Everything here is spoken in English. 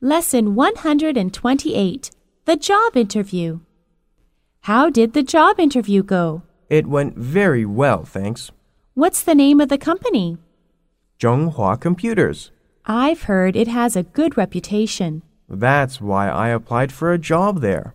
Lesson 128 The Job Interview. How did the job interview go? It went very well, thanks. What's the name of the company? Zhonghua Computers. I've heard it has a good reputation. That's why I applied for a job there.